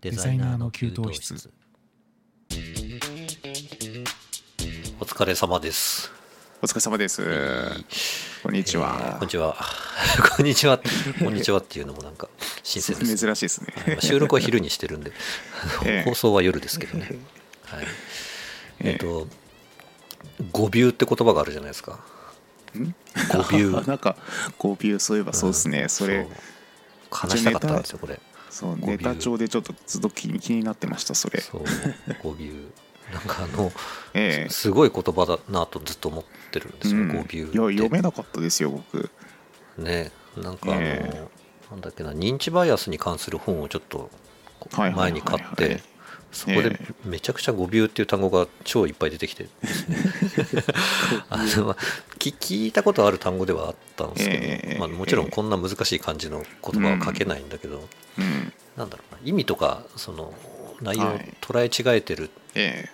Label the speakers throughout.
Speaker 1: デザイナーの給湯室
Speaker 2: お疲れ様です
Speaker 3: お疲れ様です。こんにち
Speaker 2: えー
Speaker 3: は
Speaker 2: こん。にちは こんにちはこんにちはっていうのもなんか新 鮮です
Speaker 3: 珍しいですね。
Speaker 2: まあ収録は昼にしてるんであの
Speaker 3: ええ
Speaker 2: 放送は夜ですけどね、はい、え
Speaker 3: え
Speaker 2: っ、と「誤ビュー」って言葉があるじゃないですか誤ビュー
Speaker 3: なんか、ゴビュー、そういえば そうですね。それ、
Speaker 2: そう話したかったんですよこれ
Speaker 3: そう、
Speaker 2: ビュー
Speaker 3: ネタ帳でちょっとずっと気に気になってました、それ。
Speaker 2: そう誤ビューなんかあの
Speaker 3: ええ
Speaker 2: すすごい言葉だなとずっと思ってるんです
Speaker 3: う
Speaker 2: よ
Speaker 3: ん
Speaker 2: 誤
Speaker 3: い
Speaker 2: ビ
Speaker 3: や
Speaker 2: ュ、ー
Speaker 3: 読
Speaker 2: って
Speaker 3: めなかったですよ、僕。
Speaker 2: ねなんかあの、
Speaker 3: え
Speaker 2: なんだっけな認知バイアスに関する本をちょっとこ
Speaker 3: はいはいはいは
Speaker 2: 前に
Speaker 3: い
Speaker 2: 買って、そこで
Speaker 3: ええ
Speaker 2: めちゃくちゃ「語尾っていう単語が超いっぱい出てきてです ねあの聞聞いたことある単語ではあったんですけど、
Speaker 3: ええ
Speaker 2: まあ、もちろんこんな難しい漢字の言葉は書けないんだけど、
Speaker 3: うん。
Speaker 2: なんだろうな意味とかその内容
Speaker 3: は
Speaker 2: を
Speaker 3: い
Speaker 2: 捉え違えてる
Speaker 3: え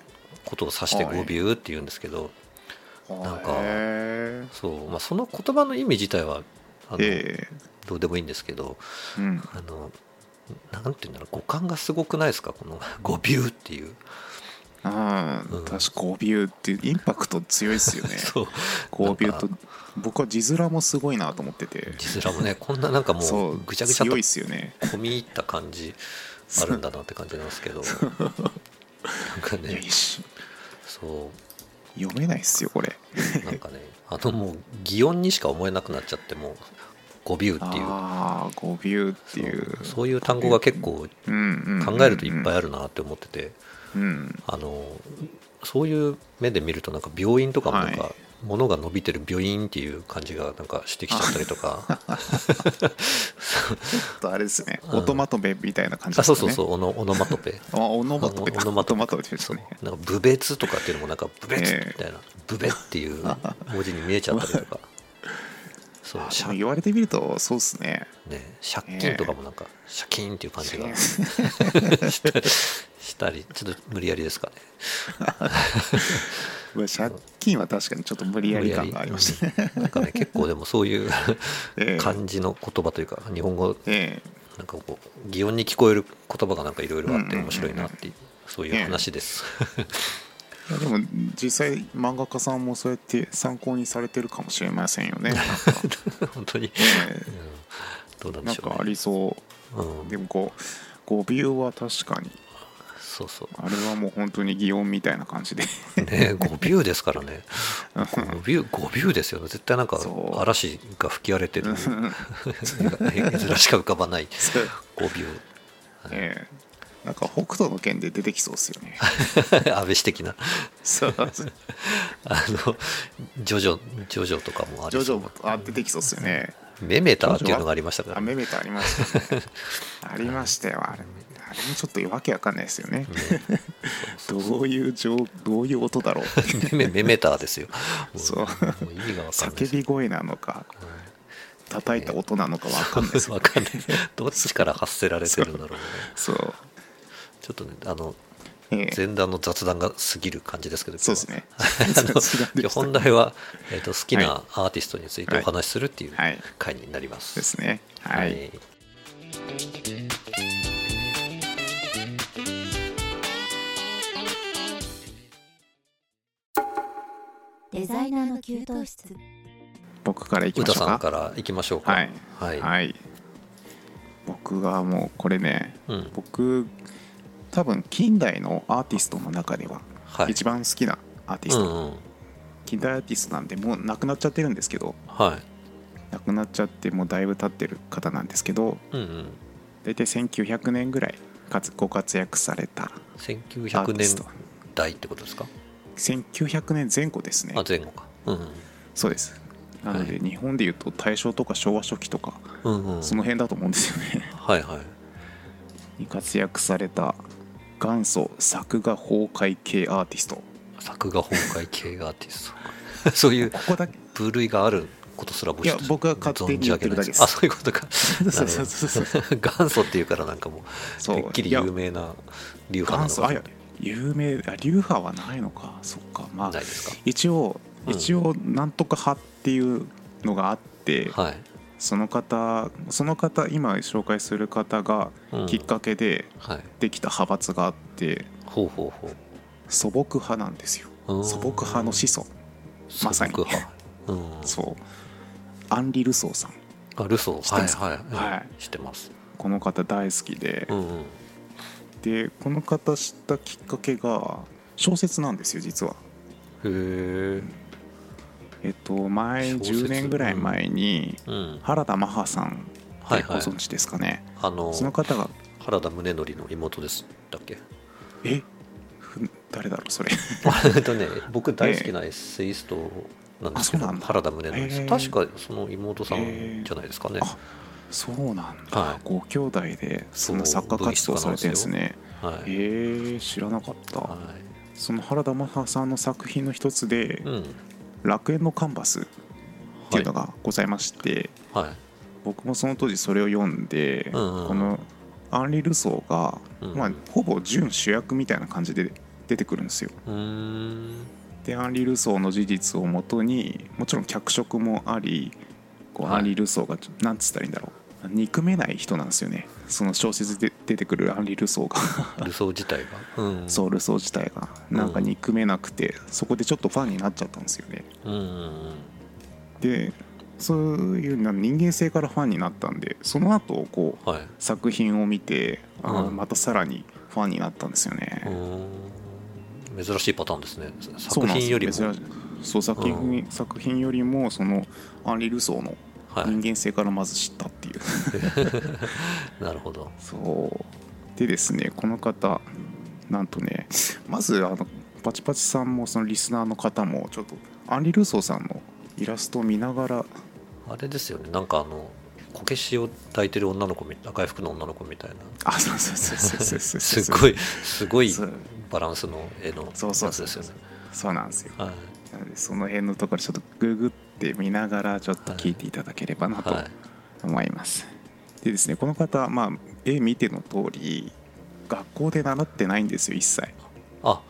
Speaker 2: ことを指して「
Speaker 3: はい
Speaker 2: 語尾って言うんですけど、
Speaker 3: え
Speaker 2: なんか
Speaker 3: へ
Speaker 2: そうまあ、その言葉の意味自体はあの、
Speaker 3: ええ
Speaker 2: どうでもいいんですけど。
Speaker 3: えうん。
Speaker 2: あのなんていうんだろう五感がすごくないですかこの「語尾っていう、
Speaker 3: ああ、
Speaker 2: うん
Speaker 3: 確かゴビューっていうインパクト強いですよね。
Speaker 2: そう
Speaker 3: ゴビューと
Speaker 2: な、
Speaker 3: 僕は字面もすごいなと思ってて。
Speaker 2: 字面もねこんななんかも
Speaker 3: そうう、
Speaker 2: ぐちゃぐちゃと
Speaker 3: 強いですよね。
Speaker 2: 込み入った感じあるんだなって感じなんですけどなんか
Speaker 3: いや
Speaker 2: ね
Speaker 3: いし
Speaker 2: そ
Speaker 3: 読めないっすよ、これ。
Speaker 2: うなんかねあのもう擬音にしか思えなくなっちゃってもう「語尾っていう
Speaker 3: ああゴビューっていう
Speaker 2: そうそういう単語が結構考
Speaker 3: 考
Speaker 2: えるといっぱいあるなって思ってて。
Speaker 3: うんうん
Speaker 2: あのそういう目で見るとなんか病院とかもなんか、
Speaker 3: はい
Speaker 2: 物が伸びてる病院っていう感じがなんかしてきちゃったりと か
Speaker 3: ちょっとあれですね
Speaker 2: うん
Speaker 3: オトマトペみたいな感じ
Speaker 2: あ
Speaker 3: です
Speaker 2: そ
Speaker 3: ね
Speaker 2: うそうそうオノオノマトペ
Speaker 3: あオノマトペ
Speaker 2: オノ
Speaker 3: か
Speaker 2: マ
Speaker 3: オ
Speaker 2: ト
Speaker 3: ト
Speaker 2: ペ
Speaker 3: マトペです
Speaker 2: そう
Speaker 3: ね
Speaker 2: なんか「ブベツ」とかっていうのもなんか「ブベツ」
Speaker 3: ええ
Speaker 2: み たいな「ブベ」っていう文字に見えちゃったりとかそう
Speaker 3: あでも
Speaker 2: 借,、
Speaker 3: 言われてみるとそうですね
Speaker 2: ね、借金とかもなんか「借金」っていう感じが したしたりちょっと無理やりですかね
Speaker 3: うわ借金は確かにちょっと無理やり感がありましたね
Speaker 2: うんなんかね結構でもそういう
Speaker 3: ええ
Speaker 2: 感じの言葉というか日本語
Speaker 3: ええ
Speaker 2: なんかこう擬音に聞こえる言葉がなんかいろいろあって
Speaker 3: うんうんうんうん
Speaker 2: 面白いなっていうそういう話です。
Speaker 3: いやでも実際漫画家さんもそうやって参考にされてるかもしれませんよね
Speaker 2: 本当に、
Speaker 3: え
Speaker 2: うんどうな
Speaker 3: え
Speaker 2: んで
Speaker 3: なん
Speaker 2: しょう
Speaker 3: かあ
Speaker 2: ね。
Speaker 3: りそううんでもこう語尾は確かに
Speaker 2: そうそ
Speaker 3: あれはもう本当に擬音みたいな感じで
Speaker 2: うね5ビューですからね5ビュー5ビューですよね絶対なんか
Speaker 3: そう
Speaker 2: 嵐が吹き荒れてる 絵面しか浮かばない5ビュ
Speaker 3: ええなんか北斗の拳で出てきそうですよ ね。
Speaker 2: ー 安倍氏的な
Speaker 3: そう、
Speaker 2: あのジョジョジョジョとかもあ
Speaker 3: ジョ
Speaker 2: り
Speaker 3: ジ
Speaker 2: そ
Speaker 3: ョ
Speaker 2: う
Speaker 3: もあ出てきそうですよね。
Speaker 2: メメターっていうのがありましたから
Speaker 3: あ、
Speaker 2: ね
Speaker 3: メメタありま した、ね。ありましたよ。あれ、あれもちょっとわけわかんないですよね。 どういう状、どういう音だろう。
Speaker 2: メメメメターですよも
Speaker 3: そう
Speaker 2: もう意味がわかんない
Speaker 3: 叫び声なのか、叩いた音なのかわかんないですよ
Speaker 2: わ。かんないどっちから発せられてるんだろうね
Speaker 3: そう、
Speaker 2: ちょっとねあの
Speaker 3: ええ、
Speaker 2: 前段の雑談が過ぎる感じですけど
Speaker 3: そうですね。
Speaker 2: 今日は
Speaker 3: 雑談
Speaker 2: あの今日
Speaker 3: でした
Speaker 2: 本題は、えー、と好き
Speaker 3: は
Speaker 2: なアーティストについてお話しするっていう
Speaker 3: はい
Speaker 2: 回になります。
Speaker 3: ですね。はい。
Speaker 4: デザイナーの給湯室
Speaker 3: 僕からいき
Speaker 2: 歌
Speaker 3: ましょう
Speaker 2: さん
Speaker 3: か。
Speaker 2: からいきましょうか。
Speaker 3: はい
Speaker 2: はい
Speaker 3: はい。僕はもうこれね、
Speaker 2: うん
Speaker 3: 僕多分近代のアーティストの中では
Speaker 2: はい
Speaker 3: 一番好きなアーティ
Speaker 2: う
Speaker 3: スト、
Speaker 2: んうん
Speaker 3: 近代アーティストなんでもう亡くなっちゃってるんですけど
Speaker 2: はい
Speaker 3: 亡くなっちゃってもうだいぶ経ってる方なんですけど
Speaker 2: うんうん、
Speaker 3: 大体1900年ぐらいかつご活躍された
Speaker 2: 1900
Speaker 3: アーティ
Speaker 2: 年
Speaker 3: スト
Speaker 2: 代ってことですか、
Speaker 3: 1900年前後ですね
Speaker 2: あ前後か。うんうん
Speaker 3: そうですなので
Speaker 2: は
Speaker 3: 日本でいうと大正とか昭和初期とか
Speaker 2: うんうん、
Speaker 3: その辺だと思うんですよね
Speaker 2: はいはい。
Speaker 3: に活躍された元祖作画崩壊系アーティスト
Speaker 2: 作画崩壊系がアーティスト そういう
Speaker 3: ここだけ
Speaker 2: 部類があることすら僕
Speaker 3: いや僕が勝手に言ってるだけです
Speaker 2: あそういうことか
Speaker 3: う そうそうそう
Speaker 2: なるほど元祖っていうからなんかもう
Speaker 3: そう
Speaker 2: てっきり有名な流派な
Speaker 3: 元
Speaker 2: の
Speaker 3: 祖
Speaker 2: か
Speaker 3: あいや有名あ流派はないのかそっかまあ
Speaker 2: ないですか
Speaker 3: 一応
Speaker 2: うん
Speaker 3: 一応なんとか派っていうのがあって、
Speaker 2: はい
Speaker 3: その方その方今紹介する方が
Speaker 2: うん
Speaker 3: きっかけで
Speaker 2: はい
Speaker 3: できた派閥があって
Speaker 2: ほうほうほ
Speaker 3: 素朴派なんですよ
Speaker 2: うん
Speaker 3: 素朴派の始祖
Speaker 2: う
Speaker 3: まさに
Speaker 2: 素朴派うん
Speaker 3: そうアンリ・ルソーさん
Speaker 2: あルソ
Speaker 3: 知っ
Speaker 2: ー
Speaker 3: てます
Speaker 2: はいはい、
Speaker 3: はい
Speaker 2: 知ってます
Speaker 3: この方大好きで
Speaker 2: うんうん
Speaker 3: でこの方知ったきっかけが小説なんですよ実は。
Speaker 2: へえ
Speaker 3: えっと前
Speaker 2: 小説
Speaker 3: 10年ぐらい前に
Speaker 2: うん
Speaker 3: 原田マハさんっ
Speaker 2: は
Speaker 3: て
Speaker 2: い
Speaker 3: ご
Speaker 2: はい
Speaker 3: 存知ですかね、
Speaker 2: あの
Speaker 3: その方が
Speaker 2: 原田宗則の妹ですだっけ
Speaker 3: えふ誰だろうそれ
Speaker 2: えっと ね僕大好きなエッセイストなんですけど、
Speaker 3: あそうなんだ
Speaker 2: 原田宗則さん
Speaker 3: へー
Speaker 2: 確かその妹さんじゃないですかね、
Speaker 3: あそうなんだ、
Speaker 2: はい
Speaker 3: ご兄弟でその
Speaker 2: そう
Speaker 3: 作家活動されてるんですね
Speaker 2: はい、
Speaker 3: えー、知らなかった、
Speaker 2: は
Speaker 3: その原田マハさんの作品の一つで
Speaker 2: い、うん
Speaker 3: 「楽園のカンバス」っていうのがございまして、
Speaker 2: はい、
Speaker 3: 僕もその当時それを読んで、
Speaker 2: うんうん
Speaker 3: このアンリ・ルソーが、
Speaker 2: うん
Speaker 3: まあ、ほぼ準主役みたいな感じで出てくるんですよ
Speaker 2: うーん
Speaker 3: でアンリ・ルソーの事実をもとにもちろん脚色もありこう
Speaker 2: はい
Speaker 3: アンリ・ルソーが何つったらいいんだろう憎めない人なんですよねその小説で出てくるアンリ・ルソーが
Speaker 2: ルソー自体が、うん、
Speaker 3: そうルソー自体がなんか憎めなくてそこでちょっとファンになっちゃったんですよね
Speaker 2: うんうんうん
Speaker 3: でそういうな人間性からファンになったんでその後こう
Speaker 2: はい
Speaker 3: 作品を見てあー
Speaker 2: うん
Speaker 3: またさらにファンになったんですよね、
Speaker 2: うーん珍しいパターンですね
Speaker 3: そう
Speaker 2: 作
Speaker 3: なんです
Speaker 2: 品よりも
Speaker 3: 珍しいそう作品,、
Speaker 2: うん
Speaker 3: 作品よりもそのアンリ・ルソーの
Speaker 2: はい
Speaker 3: 人間性からまず知ったっていう、
Speaker 2: なるほど
Speaker 3: そうでですねこの方なんとねまずあのパチパチさんもそのリスナーの方もちょっとアンリ・ルソーさんのイラストを見ながら
Speaker 2: あれですよねなんかあのこけしを抱いてる女の子み赤い服の女の子みたいな
Speaker 3: あそうそうそうそうそうそうそう
Speaker 2: すごいすごい
Speaker 3: そう
Speaker 2: バランスの絵のやつ
Speaker 3: そうそうそう
Speaker 2: ですよね
Speaker 3: そうなんですよ
Speaker 2: は
Speaker 3: なのでその辺のところちょっとググって見ながらちょっと聞いていただければないと
Speaker 2: はい
Speaker 3: 思います。でですねこの方、まあ、絵見ての通り学校で習ってないんですよ一切
Speaker 2: あ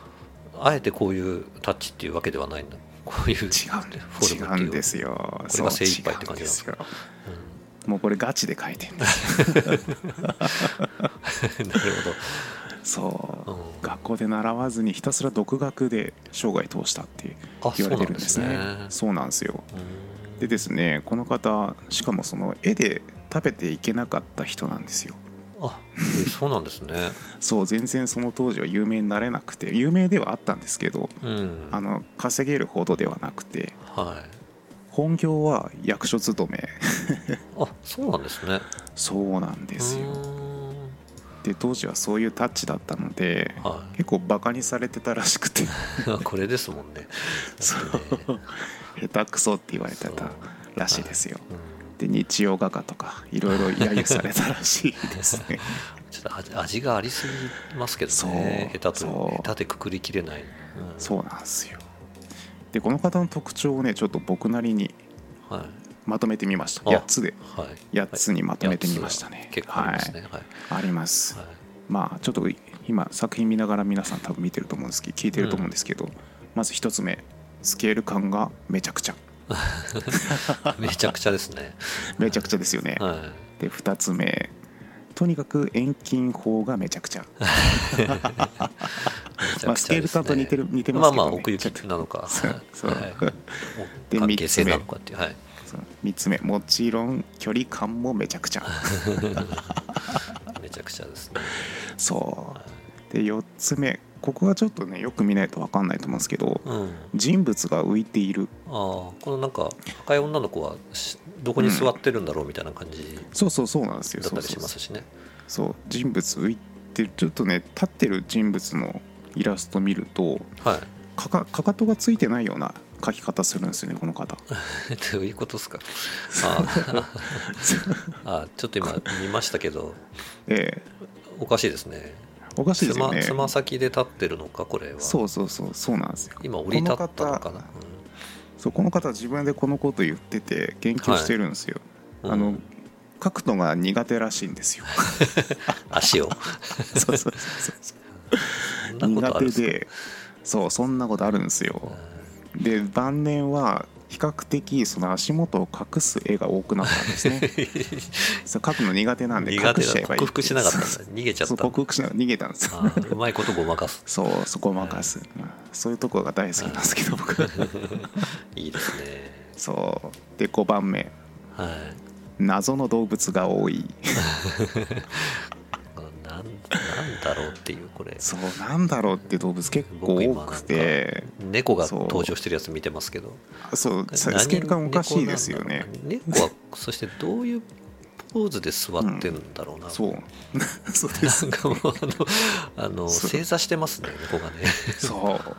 Speaker 2: あえてこういうタッチっていうわけではないんだこういうフ
Speaker 3: 違うんで
Speaker 2: ォルムって
Speaker 3: 違
Speaker 2: いう
Speaker 3: うんですよ
Speaker 2: これが精一杯って感じなん
Speaker 3: で
Speaker 2: です
Speaker 3: す
Speaker 2: か
Speaker 3: よもうこれガチで描いてるんですよ
Speaker 2: うん なる
Speaker 3: そう、
Speaker 2: うん
Speaker 3: 学校で習わずにひたすら独学で生涯通したって
Speaker 2: ほどあ
Speaker 3: 言
Speaker 2: そ
Speaker 3: わ
Speaker 2: うな
Speaker 3: れて
Speaker 2: ん
Speaker 3: る
Speaker 2: で
Speaker 3: んです
Speaker 2: す
Speaker 3: ね
Speaker 2: ね
Speaker 3: そうなんですよ
Speaker 2: うん
Speaker 3: でですねこの方しかもその絵で食べていけなかった人なんですよ
Speaker 2: あえそうなんですね
Speaker 3: そう全然その当時は有名になれなくて有名ではあったんですけど
Speaker 2: うん
Speaker 3: あの稼げるほどではなくて
Speaker 2: はい
Speaker 3: 本業は役所勤め
Speaker 2: あそうなんですね
Speaker 3: そうなんです
Speaker 2: う
Speaker 3: よ
Speaker 2: ーん
Speaker 3: で当時はそういうタッチだったので
Speaker 2: は
Speaker 3: 結構バカにされてたらしくて
Speaker 2: い これですもんね
Speaker 3: そう
Speaker 2: だってね
Speaker 3: 下手くそって言われて
Speaker 2: そう
Speaker 3: たらしいですよ
Speaker 2: うん
Speaker 3: で日曜画家とかいろいろ揶揄されたらしいです ね
Speaker 2: ちょっと味味がありすぎますけどね
Speaker 3: そう
Speaker 2: 下手と
Speaker 3: そう
Speaker 2: 下手でくくりきれない、うん
Speaker 3: そうなんですよでこの方の特徴をねちょっと僕なりに
Speaker 2: はい
Speaker 3: まとめてみました
Speaker 2: あ
Speaker 3: 8つで
Speaker 2: はい、
Speaker 3: 8つにまとめてみました
Speaker 2: は
Speaker 3: ね
Speaker 2: い結構ありますね、はい
Speaker 3: はい、あります、
Speaker 2: はい
Speaker 3: まあちょっと今作品見ながら皆さん多分見てると思うんですけど聞いてると思うんですけど、まず一つ目スケール感がめちゃくちゃ
Speaker 2: めちゃくちゃですね、
Speaker 3: めちゃくちゃですよね、
Speaker 2: は
Speaker 3: で二つ目とにかく遠近法がめちゃ くちゃ
Speaker 2: い、めちゃくちゃですね
Speaker 3: まあスケール感と似てる似てま
Speaker 2: ま
Speaker 3: すけどね
Speaker 2: あまあ奥行きなのか
Speaker 3: そうそう
Speaker 2: はい
Speaker 3: で
Speaker 2: 関係性なのかっていうはい
Speaker 3: その三つ目もちろん距離感もめちゃくちゃ
Speaker 2: めちゃくちゃですね
Speaker 3: そうで四つ目ここはちょっとねよく見ないと分かんないと思うんですけど、
Speaker 2: うん
Speaker 3: 人物が浮いている
Speaker 2: ああこのなんか赤い女の子はしどこに座ってるんだろうみたいな感じ
Speaker 3: そうそうそうなんですよ
Speaker 2: だった
Speaker 3: そ
Speaker 2: りし
Speaker 3: うそう
Speaker 2: ま
Speaker 3: そう
Speaker 2: すしね
Speaker 3: そう人物浮いてるちょっとね立ってる人物のイラスト見ると
Speaker 2: はい
Speaker 3: かかかかとがついてないような描き方するんですよねこの方
Speaker 2: どういうこと ですかああああちょっと今見ましたけど
Speaker 3: ええ
Speaker 2: おかしいですね
Speaker 3: おかしいで
Speaker 2: つ
Speaker 3: すよ
Speaker 2: ま
Speaker 3: ね
Speaker 2: つま先で立ってるのかこれは
Speaker 3: そうそうそうそうなんですよ
Speaker 2: 今降り立ったのか
Speaker 3: この
Speaker 2: な
Speaker 3: 方そうこの方自分でこのこと言ってて研究してるんですよ、
Speaker 2: はい
Speaker 3: あ
Speaker 2: う
Speaker 3: の
Speaker 2: ん
Speaker 3: 書くのが苦手らしい んですよ
Speaker 2: うん足 を
Speaker 3: そうそうそうそ
Speaker 2: そん
Speaker 3: う
Speaker 2: なこと
Speaker 3: 苦
Speaker 2: ある
Speaker 3: 手
Speaker 2: んすか
Speaker 3: でそうそんなことあるんですよで晩年は比較的その足元を隠す絵が多くなったん ですねそう描くの苦手なんで
Speaker 2: 苦
Speaker 3: 隠しちゃ
Speaker 2: 手
Speaker 3: え
Speaker 2: だ
Speaker 3: ばいい
Speaker 2: 克服しなかったん
Speaker 3: そう
Speaker 2: だ逃げちゃっ
Speaker 3: そう
Speaker 2: た
Speaker 3: 克服しな逃げたんです
Speaker 2: あーうまいことごまかす
Speaker 3: そうそこを任す、うんそういうとこが大好きなんですけど僕
Speaker 2: いいですね
Speaker 3: そうで5番目
Speaker 2: はい
Speaker 3: 謎の動物が多い
Speaker 2: あなんなんだろうっていうこれ
Speaker 3: そうなんだろうって動物結構
Speaker 2: 僕今な
Speaker 3: 多
Speaker 2: んか
Speaker 3: くて
Speaker 2: 猫が
Speaker 3: そう
Speaker 2: 登場してるやつ見てますけど
Speaker 3: そう
Speaker 2: 何
Speaker 3: スケール感おかしいですよね
Speaker 2: 猫なんだろう猫はそしてどういうポーズで座ってんだろうな、
Speaker 3: そうそう で
Speaker 2: な
Speaker 3: す
Speaker 2: んかもうあのあの
Speaker 3: そう
Speaker 2: 正座してますね猫がね、
Speaker 3: そう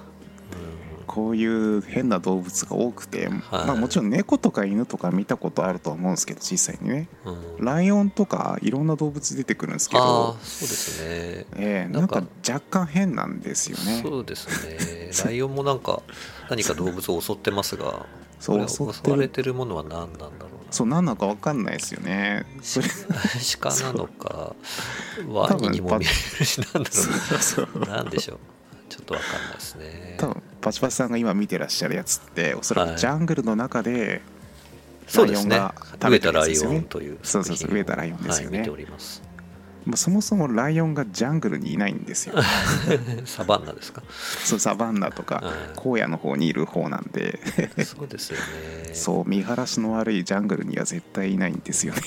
Speaker 3: こういう変な動物が多くて、まあ、もちろん猫とか犬とか見たことあるとは思うんですけど実際にね
Speaker 2: うんうん
Speaker 3: ライオンとかいろんな動物出てくるんですけ
Speaker 2: あ
Speaker 3: ど
Speaker 2: あ、そうですね
Speaker 3: ええ
Speaker 2: な
Speaker 3: なんん
Speaker 2: か
Speaker 3: か若干変なんですよね
Speaker 2: そうですねライオンもなんか何か動物を襲ってますが
Speaker 3: そう
Speaker 2: これ
Speaker 3: 襲って
Speaker 2: 襲
Speaker 3: る
Speaker 2: われてるものは何なんだろうな
Speaker 3: そう何なのか分かんないですよねそれ
Speaker 2: 鹿なのかワニにも見えるしなんだろ
Speaker 3: そう
Speaker 2: うななんでしょうちょっとわかんないですね
Speaker 3: 多分パチパチさんが今見てらっしゃるやつっておそら
Speaker 2: はい
Speaker 3: くジャングルの中で
Speaker 2: そうですね
Speaker 3: ライオンが
Speaker 2: 植
Speaker 3: 食
Speaker 2: え
Speaker 3: べて
Speaker 2: た
Speaker 3: るや
Speaker 2: ラ
Speaker 3: つで
Speaker 2: イ
Speaker 3: すよ
Speaker 2: オ
Speaker 3: ね
Speaker 2: ンという
Speaker 3: そうそうそう
Speaker 2: 作品を
Speaker 3: 植えたライオンですよね
Speaker 2: はい、見ております
Speaker 3: まあそもそもライオンがジャングルにいないんですよ
Speaker 2: サバンナですか
Speaker 3: そうサバンナとか
Speaker 2: は
Speaker 3: 荒野の方にいる方なんで
Speaker 2: いそうですよね
Speaker 3: そう見晴らしの悪いジャングルには絶対いないんです よね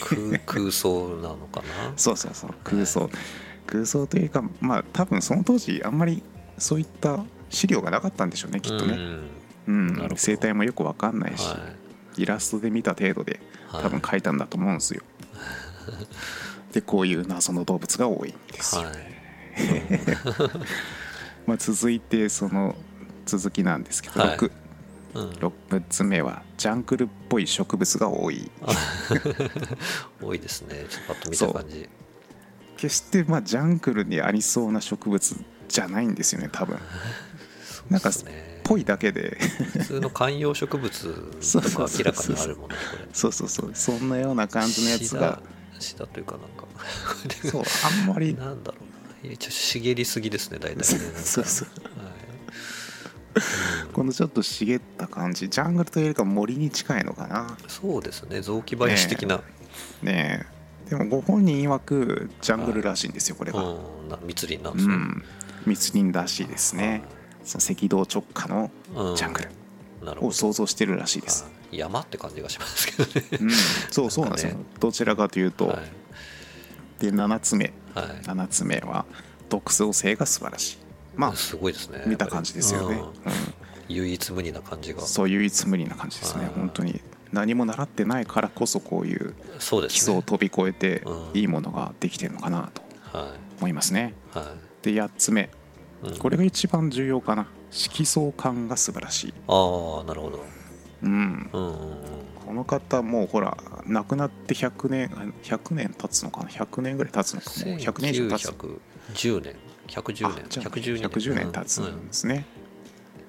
Speaker 2: 空空想なのかな
Speaker 3: そうそうそう空想空想というかまあ多分その当時あんまりそういった資料がなかったんでしょうねきっと
Speaker 2: う
Speaker 3: ね、
Speaker 2: ん
Speaker 3: うん
Speaker 2: なるほど
Speaker 3: 生態もよく分かんないし、
Speaker 2: は
Speaker 3: イラストで見た程度で
Speaker 2: はい
Speaker 3: 多分描いたんだと思う んですよ、でこういう謎の動物が多いんです
Speaker 2: い、
Speaker 3: よ、
Speaker 2: はい、
Speaker 3: まあ、続いてその続きなんですけど、
Speaker 2: はい
Speaker 3: 六
Speaker 2: うん
Speaker 3: 六つ目はジャングルっぽい植物が多い
Speaker 2: 多いですねちょっとパッと見た感じ
Speaker 3: 決してまあジャングルにありそうな植物じゃないんですよね 多分
Speaker 2: そう
Speaker 3: なんか
Speaker 2: ですね
Speaker 3: ぽいだけで
Speaker 2: 普通の観葉植物
Speaker 3: そう
Speaker 2: と
Speaker 3: そ
Speaker 2: か
Speaker 3: うそうそう
Speaker 2: 明らかにあるものこれ
Speaker 3: そうそうそうそんなような感じのやつが
Speaker 2: シダシダというかなんか
Speaker 3: そうあんまり
Speaker 2: なんだろうなえちょっと茂りすぎですね大体 ねなんか
Speaker 3: そうそう
Speaker 2: はい
Speaker 3: このちょっと茂った感じジャングルというよりか森に近いのかな
Speaker 2: そうですね雑木林的な、
Speaker 3: ねえでもご本人曰くジャングルらしいんですよこれが、
Speaker 2: うん、な密林なん
Speaker 3: う
Speaker 2: ですね、
Speaker 3: ん密林らしいですねその赤道直下の
Speaker 2: うん
Speaker 3: ジャングル
Speaker 2: なるほ
Speaker 3: を
Speaker 2: ど
Speaker 3: 想像してるらしいです、
Speaker 2: はい山って感じがしますけどね、
Speaker 3: うん、そうそうなんですよ、
Speaker 2: なん
Speaker 3: どちらかというと、
Speaker 2: はい
Speaker 3: で7つ目
Speaker 2: はい
Speaker 3: 7つ目は独創性が素晴らしいまあ
Speaker 2: すごいですね
Speaker 3: 見た感じですよね、
Speaker 2: やっぱりうん唯一無二な感じ
Speaker 3: う
Speaker 2: が
Speaker 3: ん、そういういつ無理な感じですね
Speaker 2: はい
Speaker 3: 本当に何も習ってないからこそこういう
Speaker 2: そうで
Speaker 3: 基
Speaker 2: す
Speaker 3: 礎を
Speaker 2: ね
Speaker 3: 飛び越えて
Speaker 2: うん
Speaker 3: いいものができてるのかなと
Speaker 2: は
Speaker 3: 思いますね
Speaker 2: いは
Speaker 3: で8つ目
Speaker 2: い、うん
Speaker 3: これが一番重要かな色相感が素晴らしい、
Speaker 2: ああなるほど
Speaker 3: うん、
Speaker 2: うんうんうん
Speaker 3: この方もうほら亡くなって100年100年経つのかな100年ぐらい経つのかもう100年以上経つ
Speaker 2: 1910年110
Speaker 3: あ
Speaker 2: 年
Speaker 3: じゃあ
Speaker 2: 110年
Speaker 3: 110年経つ
Speaker 2: うん
Speaker 3: んですね、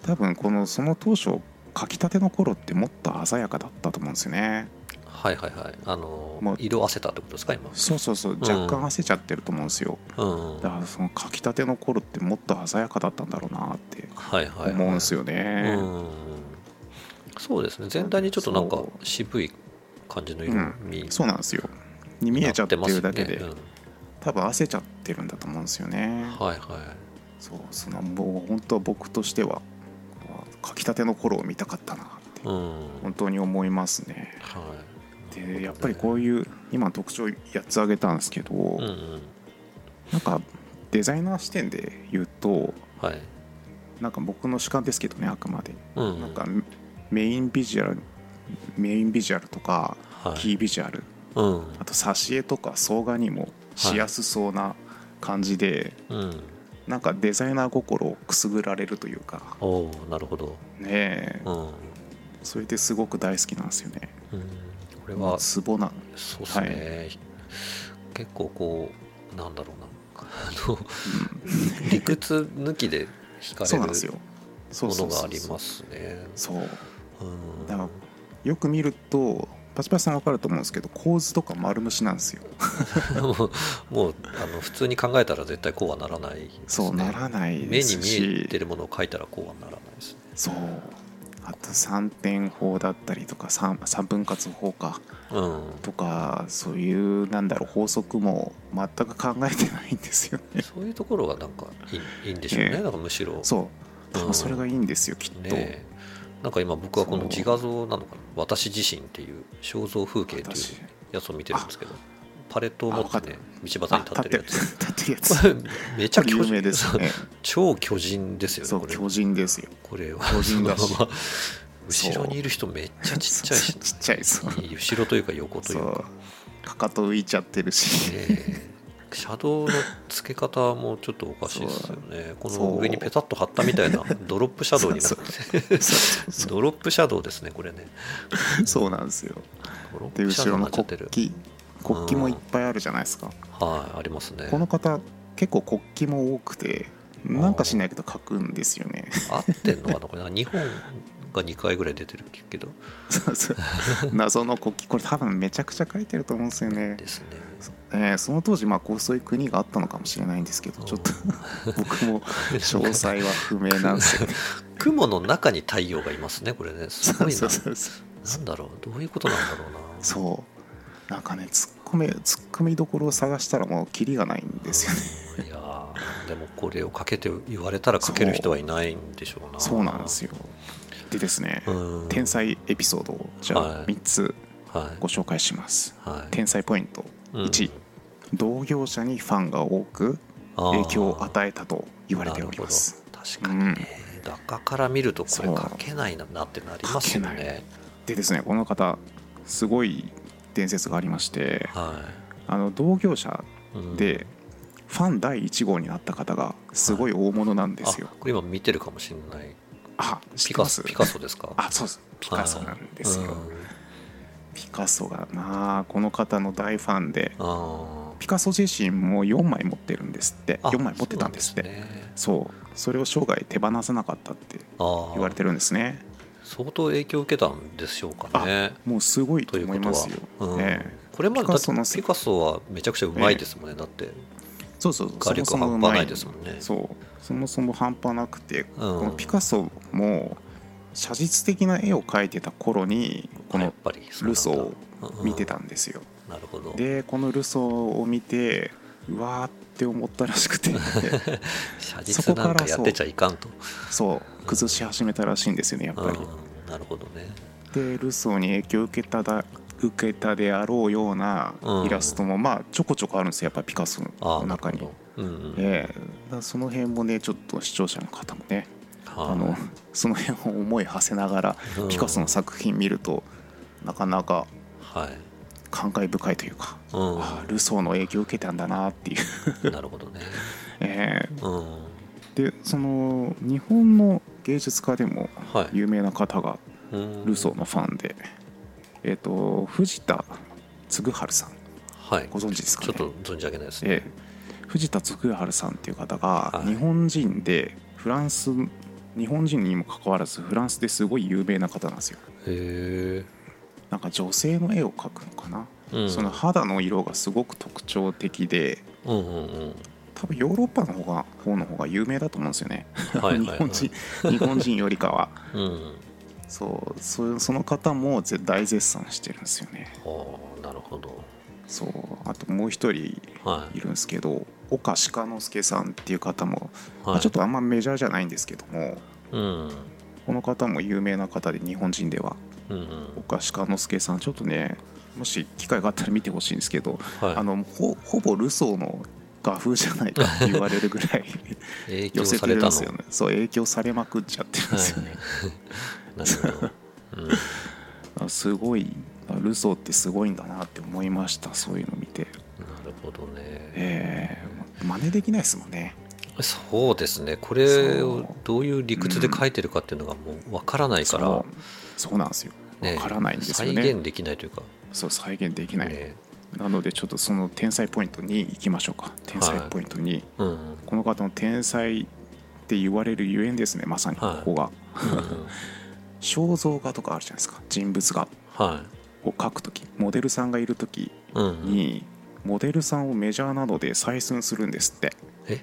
Speaker 3: 多分このその当初書きたての頃ってもっと鮮やかだったと思うんですよね
Speaker 2: はいはいはいあの
Speaker 3: もう
Speaker 2: 色あせたってことですか今
Speaker 3: そうそうそう若干焦っちゃってると思うんですよ、
Speaker 2: うんうん
Speaker 3: だからその書きたての頃ってもっと鮮やかだったんだろうなって
Speaker 2: はいはい
Speaker 3: 思うんです
Speaker 2: よ
Speaker 3: よね、
Speaker 2: そうですね全体にちょっとなんか
Speaker 3: そ
Speaker 2: 渋い感じの色味
Speaker 3: そうなんですよに見えちゃってるだけ
Speaker 2: な
Speaker 3: で、
Speaker 2: ってますね
Speaker 3: 多分焦っちゃってるんだと思うんですよね
Speaker 2: うんはいは
Speaker 3: そうそのもう本当は僕としては書きたての頃を見たかったなって
Speaker 2: いうん
Speaker 3: 本当に思いますね
Speaker 2: は
Speaker 3: でやっぱりこういう今の特徴8つ挙げたんですけど、
Speaker 2: いうんうん
Speaker 3: なんかデザイナー視点で言うと
Speaker 2: はい
Speaker 3: なんか僕の主観ですけどねあくまで、
Speaker 2: うん
Speaker 3: なんかメインビジュアルメインビジュアルとか
Speaker 2: はい
Speaker 3: キービジュアル、
Speaker 2: うん
Speaker 3: あと挿絵とか挿画にもしやすそうな感じで、
Speaker 2: うん
Speaker 3: なんかデザイナー心をくすぐられるというか
Speaker 2: おおなるほど
Speaker 3: ねえ
Speaker 2: うんうん
Speaker 3: それですごく大好きなんですよね
Speaker 2: これは
Speaker 3: ツボな
Speaker 2: そうですね、結構こうなんだろうなあの理屈抜きで惹か
Speaker 3: そうなん
Speaker 2: れ
Speaker 3: ですよ
Speaker 2: る
Speaker 3: そ
Speaker 2: も
Speaker 3: うそ
Speaker 2: の
Speaker 3: う
Speaker 2: が
Speaker 3: そ
Speaker 2: あ
Speaker 3: う
Speaker 2: り
Speaker 3: そう
Speaker 2: ますね。
Speaker 3: そう
Speaker 2: うん
Speaker 3: だからよく見るとパチパチさん分かると思うんですけど構図とか丸虫なんですよ
Speaker 2: もう もうあの普通に考えたら絶対こうはならないですね
Speaker 3: そうならない
Speaker 2: 目
Speaker 3: で
Speaker 2: に
Speaker 3: す
Speaker 2: 見え
Speaker 3: して
Speaker 2: るものを書いたらこうはならないですね。
Speaker 3: そうあと3点法だったりとか 3, 3分割法か
Speaker 2: うん
Speaker 3: とかそういうなんだろう法則も全く考えてないんですよね
Speaker 2: そういうところがなんかいいいいんでしょうね、
Speaker 3: ええ
Speaker 2: なんかむしろ
Speaker 3: そう多
Speaker 2: うん
Speaker 3: 分それがいいんですよきっと、
Speaker 2: ねなんか今僕はこの自画像なのかな私自身っていう肖像風景っていう
Speaker 3: 私や
Speaker 2: やつを見てるんですけどパレットを持ってね道端
Speaker 3: あ
Speaker 2: に立
Speaker 3: 立
Speaker 2: っ
Speaker 3: って
Speaker 2: る
Speaker 3: て
Speaker 2: や
Speaker 3: る
Speaker 2: つ
Speaker 3: 立ってるやつ
Speaker 2: めちゃ
Speaker 3: 超
Speaker 2: 巨
Speaker 3: 有
Speaker 2: 人
Speaker 3: 名ですね
Speaker 2: 超巨人ですよね
Speaker 3: そ
Speaker 2: こ
Speaker 3: う
Speaker 2: れ
Speaker 3: 巨人ですよ
Speaker 2: これは
Speaker 3: 巨人だ
Speaker 2: そ
Speaker 3: し
Speaker 2: のまま後ろにいる人めっちゃちっちゃいし
Speaker 3: ちっちゃいそう
Speaker 2: 後ろというか横という
Speaker 3: そう
Speaker 2: か
Speaker 3: かかと浮いちゃってるし、
Speaker 2: ええシャドウの付け方もちょっとおかしいですよねこ
Speaker 3: そ
Speaker 2: の
Speaker 3: う
Speaker 2: 上にペタッと貼ったみたいなドロップシャドウになって
Speaker 3: そうそ
Speaker 2: ドロップシャドウですねこれね
Speaker 3: うそうなんですよ
Speaker 2: ドロッ
Speaker 3: で
Speaker 2: プシャ
Speaker 3: 後
Speaker 2: ドウに
Speaker 3: ろの
Speaker 2: なっちゃ
Speaker 3: 国
Speaker 2: ってる
Speaker 3: 旗国旗もいっぱいあるじゃないですか
Speaker 2: はいありますね
Speaker 3: この方結構国旗も多くてなんかしないけど書くんですよね
Speaker 2: 合ってんのかなこれなんか日本が2回ぐらい出てるけど
Speaker 3: そ うそう謎の国旗これ多分めちゃくちゃ書いてると思うんですよね
Speaker 2: ですね
Speaker 3: えーその当時まあこうそういう国があったのかもしれないんですけどちょっと 僕も詳細は不明なんですよね
Speaker 2: 雲の中に太陽がいますねこれね す
Speaker 3: そ
Speaker 2: ご
Speaker 3: う
Speaker 2: い
Speaker 3: そ
Speaker 2: な
Speaker 3: うそうそ
Speaker 2: な
Speaker 3: う
Speaker 2: んだろうどういうことなんだろうな
Speaker 3: そうなんかねツッコミツッコミどころを探したらもうキリがないんですよね
Speaker 2: いやーでもこれをかけて言われたらかける人はいないんでしょうな
Speaker 3: そうなんですよでですね
Speaker 2: うん
Speaker 3: 天才エピソードをじゃ
Speaker 2: はい
Speaker 3: あ3つ
Speaker 2: はい
Speaker 3: ご紹介します
Speaker 2: はい
Speaker 3: 天才ポイント
Speaker 2: うん
Speaker 3: 1同業者にファンが多く
Speaker 2: あー
Speaker 3: 影響を与えたと言われております
Speaker 2: なるほど確かにね、中から見るとこれ
Speaker 3: そう
Speaker 2: かけないなってなりますよ
Speaker 3: かけ
Speaker 2: ね
Speaker 3: でですねこの方すごい伝説がありまして
Speaker 2: は
Speaker 3: あの同業者
Speaker 2: い、うん
Speaker 3: でファン第1号になった方がすごい大物なんですよ
Speaker 2: あこれ今見てるかもしれない
Speaker 3: あ知
Speaker 2: ピ
Speaker 3: って
Speaker 2: カ
Speaker 3: ま
Speaker 2: ソ
Speaker 3: す
Speaker 2: ピカソですか
Speaker 3: あそうですピカソなんです
Speaker 2: は
Speaker 3: よ
Speaker 2: いうん
Speaker 3: ピカソがまあこの方の大ファンで
Speaker 2: あ
Speaker 3: ピカソ自身も4枚持ってるんですって
Speaker 2: ーあ
Speaker 3: 4枚持ってたんですっ
Speaker 2: そ
Speaker 3: て
Speaker 2: うなんですね
Speaker 3: そうそれを生涯手放せなかったって
Speaker 2: あー
Speaker 3: 言われてるんですね
Speaker 2: 相当影響を受けたんでしょうかね
Speaker 3: もうすごい
Speaker 2: と
Speaker 3: と
Speaker 2: いう
Speaker 3: 思
Speaker 2: こ
Speaker 3: い
Speaker 2: と
Speaker 3: ます
Speaker 2: は
Speaker 3: よ、、
Speaker 2: うん
Speaker 3: ねえ
Speaker 2: これまでだ
Speaker 3: ピ
Speaker 2: っ
Speaker 3: カ
Speaker 2: て
Speaker 3: ソのせ
Speaker 2: ピカソはめちゃくちゃうまいですもんね、だって
Speaker 3: そうそうそう
Speaker 2: 画力
Speaker 3: そもそも
Speaker 2: 半
Speaker 3: 上手
Speaker 2: 端ないですもんね
Speaker 3: そうそもそも半端なくて、このピ
Speaker 2: カ
Speaker 3: カソも写実的な絵を描いてた頃にこ
Speaker 2: やっ
Speaker 3: の
Speaker 2: ぱりそうなんだ
Speaker 3: ルソーを見て
Speaker 2: う
Speaker 3: たんですよ、
Speaker 2: んなるほど
Speaker 3: でこのルソーを見てうわーって思ったらしくて
Speaker 2: 写実なんかやってちゃいかんと
Speaker 3: そう崩し始めたらしいんですよねやっぱり、
Speaker 2: うんなるほどね
Speaker 3: でルソーに影響を受けただ受けたであろうような
Speaker 2: うん
Speaker 3: イラストも、まあちょこちょこあるんですよやっぱピカソ
Speaker 2: あ
Speaker 3: の
Speaker 2: あ
Speaker 3: 中に
Speaker 2: なる。ほどうんうん
Speaker 3: ええだからその辺もねちょっと視聴者の方もね
Speaker 2: は
Speaker 3: あのその辺を思い馳せながら
Speaker 2: うん
Speaker 3: ピカソの作品見るとなかなか
Speaker 2: はい
Speaker 3: 感慨深いというか、ああルソーの影響を受けたんだなっていう、
Speaker 2: うんなるほどね
Speaker 3: え
Speaker 2: うん
Speaker 3: えでその日本の芸術家でも
Speaker 2: はい
Speaker 3: 有名な方が
Speaker 2: うん
Speaker 3: ルソーのファンで、えっと藤田嗣治さん
Speaker 2: はい
Speaker 3: ご存知ですか
Speaker 2: ちょ
Speaker 3: ね
Speaker 2: っと存じ上げないですね
Speaker 3: ええ藤田嗣治さんっていう方
Speaker 2: は
Speaker 3: が
Speaker 2: い
Speaker 3: 日本人でフランス、日本人にもかかわらずフランスですごい有名な方なんですよ
Speaker 2: へ
Speaker 3: なんか女性の絵を描くのかな、
Speaker 2: えうん
Speaker 3: その肌の色がすごく特徴的で
Speaker 2: うんうんうん
Speaker 3: 多分ヨーロッパの方が方の方が有名だと思うんですよね、
Speaker 2: はいはいはい
Speaker 3: 日本人日本人よりかは
Speaker 2: うん
Speaker 3: そうそうその方も絶大絶賛してるんですよね
Speaker 2: ああなるほど
Speaker 3: そうあともう一人
Speaker 2: はい
Speaker 3: いるんですけど岡鹿之助さんっていう方もま
Speaker 2: は
Speaker 3: あ
Speaker 2: い
Speaker 3: ちょっとあんまメジャーじゃないんですけども
Speaker 2: うん
Speaker 3: この方も有名な方で日本人では
Speaker 2: うんうん
Speaker 3: 岡鹿之助さんちょっとねもし機会があったら見てほしいんですけど、
Speaker 2: はい
Speaker 3: あのほほぼルソーの画風じゃないかって言われるぐら い
Speaker 2: 影響
Speaker 3: 寄せ
Speaker 2: さ
Speaker 3: てる
Speaker 2: れた
Speaker 3: ん
Speaker 2: の
Speaker 3: ですよねそう影響されまくっちゃってるんですよね、
Speaker 2: なるほどうん
Speaker 3: あすごいあルソーってすごいんだなって思いましたそういうの見て
Speaker 2: なるほどね
Speaker 3: ええ真似できないですもんね
Speaker 2: そうですねこれ
Speaker 3: そう
Speaker 2: をどういう理屈で書いてるかっていうのがもうわからないから、
Speaker 3: そうそうなんですよ
Speaker 2: ね
Speaker 3: わからないんですよね
Speaker 2: 再現できないというか、
Speaker 3: そう再現できない、
Speaker 2: ね
Speaker 3: なのでちょっとその天才ポイントに行きましょうか天才ポイントに、
Speaker 2: うんうん
Speaker 3: この方の天才って言われるゆえんですねまさにこ
Speaker 2: はい
Speaker 3: こが、肖像画とかあるじゃないですか人物画
Speaker 2: は
Speaker 3: を描く時モデルさんがいる時
Speaker 2: い、うんうん、
Speaker 3: に、モデルさんをメジャーなどで採寸するんですって
Speaker 2: え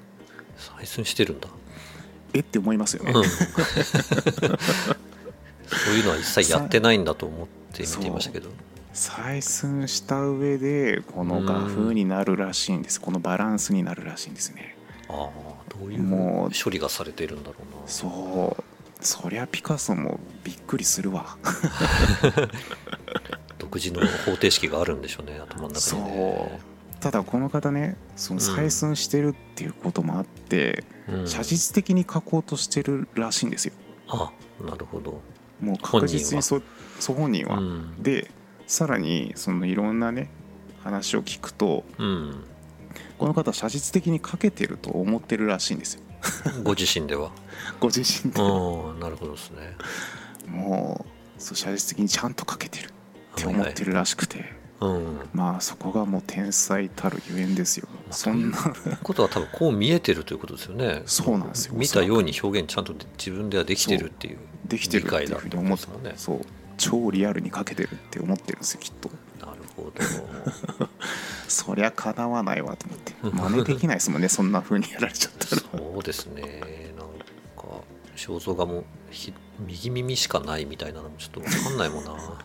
Speaker 2: 採寸してるんだ、
Speaker 3: えって思いますよね、
Speaker 2: うん、そういうのは一切やってないんだと思って見ていましたけど
Speaker 3: 採寸した上でこの画風になるらしいんですこのバランスになるらしいんですね
Speaker 2: ああどういう
Speaker 3: もう
Speaker 2: 処理がされているんだろうな
Speaker 3: そうそりゃピカソもびっくりするわ
Speaker 2: 独自の方程式があるんでしょうね頭の中
Speaker 3: そう
Speaker 2: にね
Speaker 3: ただこの方ねその
Speaker 2: うん
Speaker 3: 採寸してるっていうこともあって、
Speaker 2: うん
Speaker 3: 写実的に描こうとしてるらしいんですよ
Speaker 2: あなるほど、
Speaker 3: もう確実にそそう本人
Speaker 2: う
Speaker 3: は、
Speaker 2: ん
Speaker 3: でさらにそのいろんなね話を聞くと
Speaker 2: うん、
Speaker 3: この方写実的に描けてると思ってるらしいんですよ
Speaker 2: ご自身で は
Speaker 3: ご自身
Speaker 2: あ
Speaker 3: で
Speaker 2: あなるほどですね
Speaker 3: もうそう写実的にちゃんと描けてるって思ってるらしくて、
Speaker 2: はいはいうん
Speaker 3: まあそこがもう天才たるゆえんですよ
Speaker 2: まあ
Speaker 3: そんな
Speaker 2: ということは多分こう見えてるということですよね
Speaker 3: そうなんですよ
Speaker 2: 見たように表現ちゃんと自分ではできてるっていう
Speaker 3: できてるっていうふうに思って
Speaker 2: 理解だったんです
Speaker 3: そう超リアルに描けてるって思ってるんですよきっと
Speaker 2: なるほど
Speaker 3: そりゃかなわないわと思って真似できないですもんねそんな風にやられちゃ ったら
Speaker 2: そうですねなんか肖像画もひ右耳しかないみたいなのもちょっと分かんないもんな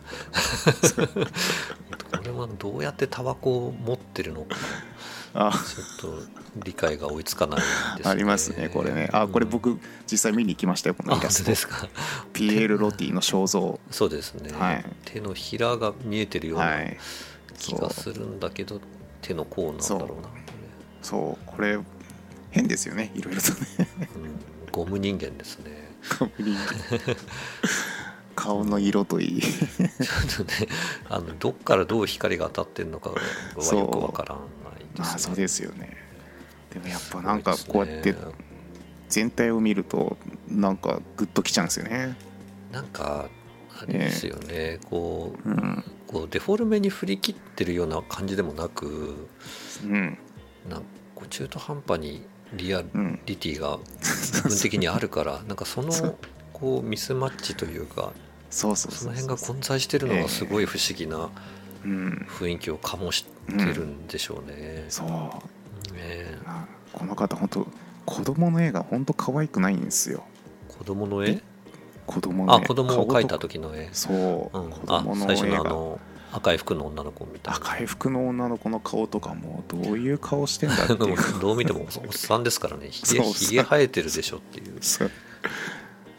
Speaker 2: これはどうやってタバコを持ってるのか
Speaker 3: あ
Speaker 2: ちょっと理解が追いつかないです、
Speaker 3: ありますねこれねあこれ僕実際見に行きましたよこ
Speaker 2: うんあ
Speaker 3: のイ
Speaker 2: 本
Speaker 3: ラス
Speaker 2: 当
Speaker 3: ト
Speaker 2: ですか
Speaker 3: ピエール・ロティの肖像
Speaker 2: そうですね、
Speaker 3: はい
Speaker 2: 手のひらが見えてるよう
Speaker 3: は
Speaker 2: ない気がするんだけど、手の甲なんだろうなこ
Speaker 3: そうこれ変ですよねいろいろと ね
Speaker 2: れ、うん、ゴム人間ですね
Speaker 3: 顔の色といい
Speaker 2: ちょっとね あのどっからどう光が当たってるのかは
Speaker 3: そう
Speaker 2: よくわからないです、ね、
Speaker 3: まあそうですすよねでもやっぱなんかこうやって
Speaker 2: ごいですね
Speaker 3: 全体を見るとなんかグッときちゃうんですよね
Speaker 2: なんかあれですよね、こう
Speaker 3: うん、
Speaker 2: こうデフォルメに振り切ってるような感じでもなく
Speaker 3: うん
Speaker 2: なんかこう中途半端にリア
Speaker 3: うん、
Speaker 2: リティが部分的にあるからなんかその
Speaker 3: そう
Speaker 2: こうミスマッチというか
Speaker 3: そうそう
Speaker 2: そ
Speaker 3: そう
Speaker 2: の辺が混在してるのがすごい不思議な
Speaker 3: うん、
Speaker 2: 雰囲気を醸してるんでしょうね。
Speaker 3: そう
Speaker 2: ねえ
Speaker 3: あこの方本当子供の絵が本当可愛くないんですよ
Speaker 2: 子供の絵
Speaker 3: 子供の
Speaker 2: あ
Speaker 3: 絵
Speaker 2: 子供を
Speaker 3: 顔
Speaker 2: 描い
Speaker 3: と
Speaker 2: た時の絵、
Speaker 3: そう、
Speaker 2: うん
Speaker 3: 子、
Speaker 2: あ
Speaker 3: 供の
Speaker 2: 最初
Speaker 3: 絵
Speaker 2: のあ
Speaker 3: が
Speaker 2: の赤い服の女の子みたいな
Speaker 3: 赤い服の女の子の顔とかもうどういう顔してん だっていう
Speaker 2: どう見てもおおっさんですからねひげ
Speaker 3: そう
Speaker 2: ひげ生えてるでしょっていう
Speaker 3: そう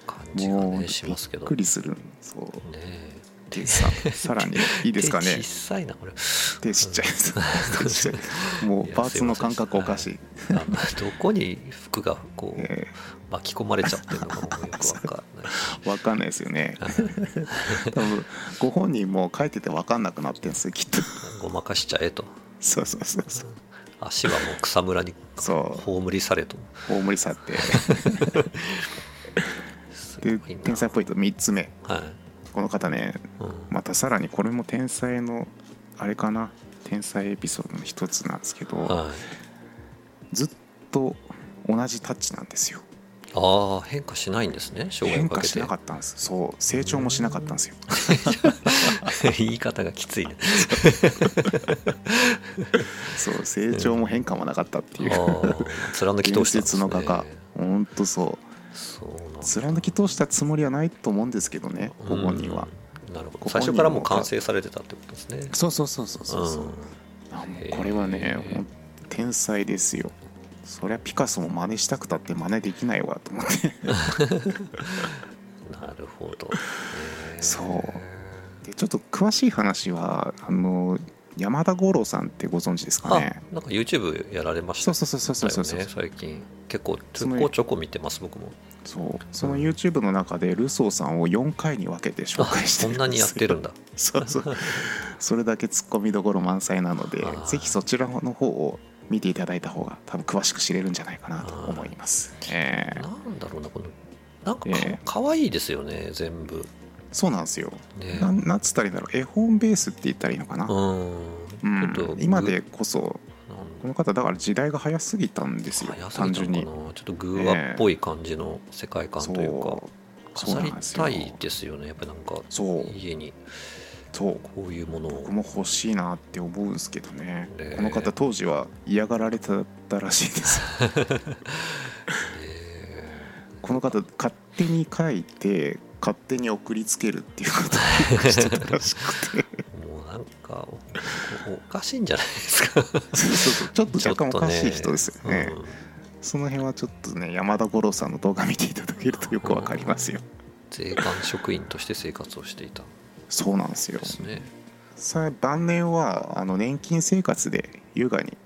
Speaker 2: 感じが
Speaker 3: もう
Speaker 2: ねしますけ
Speaker 3: びっ
Speaker 2: ど
Speaker 3: く
Speaker 2: ね
Speaker 3: りするそう
Speaker 2: え
Speaker 3: でさ さらにいいですかね
Speaker 2: 手小さいなこれ
Speaker 3: 手ちっちゃいです手ちっちゃいも
Speaker 2: いうや
Speaker 3: パーツの感覚おかしい
Speaker 2: あのどこに服がこう
Speaker 3: え
Speaker 2: 巻き込まれちゃってるのかもよくわかんないし
Speaker 3: ーわかんないですよね多分ご本人も書いててわかんなくなってるんですよきっと
Speaker 2: ごまかしちゃえと
Speaker 3: そうそうそうそう
Speaker 2: 足はもう草むらに
Speaker 3: そう
Speaker 2: 葬りされと
Speaker 3: 大盛り去っ
Speaker 2: す
Speaker 3: て で
Speaker 2: ごいな
Speaker 3: 天才ポイント3つ目
Speaker 2: はい、
Speaker 3: この方ね
Speaker 2: うん
Speaker 3: またさらにこれも天才のあれかな天才エピソードの一つなんですけど
Speaker 2: はい、
Speaker 3: ずっと同じタッチなんですよ
Speaker 2: ああ変化しないんですね生涯を
Speaker 3: 変
Speaker 2: か
Speaker 3: 化
Speaker 2: け
Speaker 3: してなかったんですそう成長もしなかったんで すよ
Speaker 2: 言い方がきつい ね
Speaker 3: そう成長も変化もなかったっていう
Speaker 2: ああ貫き通
Speaker 3: 伝
Speaker 2: したんです
Speaker 3: 説
Speaker 2: ね
Speaker 3: の画家ほんとそう
Speaker 2: そうなんだ
Speaker 3: 貫き通したつもりはないと思うんですけどねご本人は
Speaker 2: うんなるほど
Speaker 3: ご本人も
Speaker 2: 最初からもう完成されてたってことですね
Speaker 3: そうそうそうそうそうそう
Speaker 2: うん
Speaker 3: あもうこれはね
Speaker 2: へー
Speaker 3: ほん天才ですよそりゃピカソも真似したくたって真似できないわと思って
Speaker 2: なるほど、へー
Speaker 3: そうでちょっと詳しい話はあの山田五郎さんってご存知ですか
Speaker 2: あ
Speaker 3: ね
Speaker 2: なんか YouTube やられまし
Speaker 3: そ
Speaker 2: た
Speaker 3: うそうそうそうそうそうそう,、
Speaker 2: だよね最近結構ち
Speaker 3: その
Speaker 2: ょこちょこ見てます僕も
Speaker 3: そうその YouTube の中でルソーさんを4回に分けて紹
Speaker 2: あ
Speaker 3: 介して
Speaker 2: そ
Speaker 3: る
Speaker 2: んなにやってるん
Speaker 3: だ
Speaker 2: だ
Speaker 3: そうそうそれだけツッコミどころ満載なので
Speaker 2: あー
Speaker 3: ぜひそちらの方を見ていただいた方が多分詳しく知れるんじゃないかなと思います、えー
Speaker 2: なんだろうなこのなんかか,、
Speaker 3: ええ
Speaker 2: わいいですよね全部
Speaker 3: そうなんですよ
Speaker 2: ね
Speaker 3: なんなんつったらいいんだろう絵本ベースって言ったらいいのかな、
Speaker 2: う
Speaker 3: うんん
Speaker 2: ちょっと
Speaker 3: 今でこそ
Speaker 2: なん
Speaker 3: この方だから時代が早すぎたんですよ
Speaker 2: 早すぎたのかな
Speaker 3: 単純に
Speaker 2: ちょっとグーワっぽい感じの世界観というか、
Speaker 3: そう
Speaker 2: 飾りた
Speaker 3: そうなんです
Speaker 2: い
Speaker 3: よ
Speaker 2: ですよねやっぱなんか
Speaker 3: そう
Speaker 2: 家に
Speaker 3: そう
Speaker 2: こういうものを
Speaker 3: 僕も欲しいなって思うんですけどね、
Speaker 2: ねえ
Speaker 3: この方当時は嫌がられてたらしい ですこの方勝手に書いて勝手に送りつけるっていうことをして たらしくて
Speaker 2: もうなんかおおかしいんじゃないですか
Speaker 3: そうそうちょっと 若干おかしい人ですよね
Speaker 2: うん
Speaker 3: その辺はちょっとね山田五郎さんの動画見ていただけるとよくわかりますよ
Speaker 2: 税関職員として生活をしていたん
Speaker 3: そうなんですよ
Speaker 2: ですね
Speaker 3: さ晩年はあの年金生活で優雅に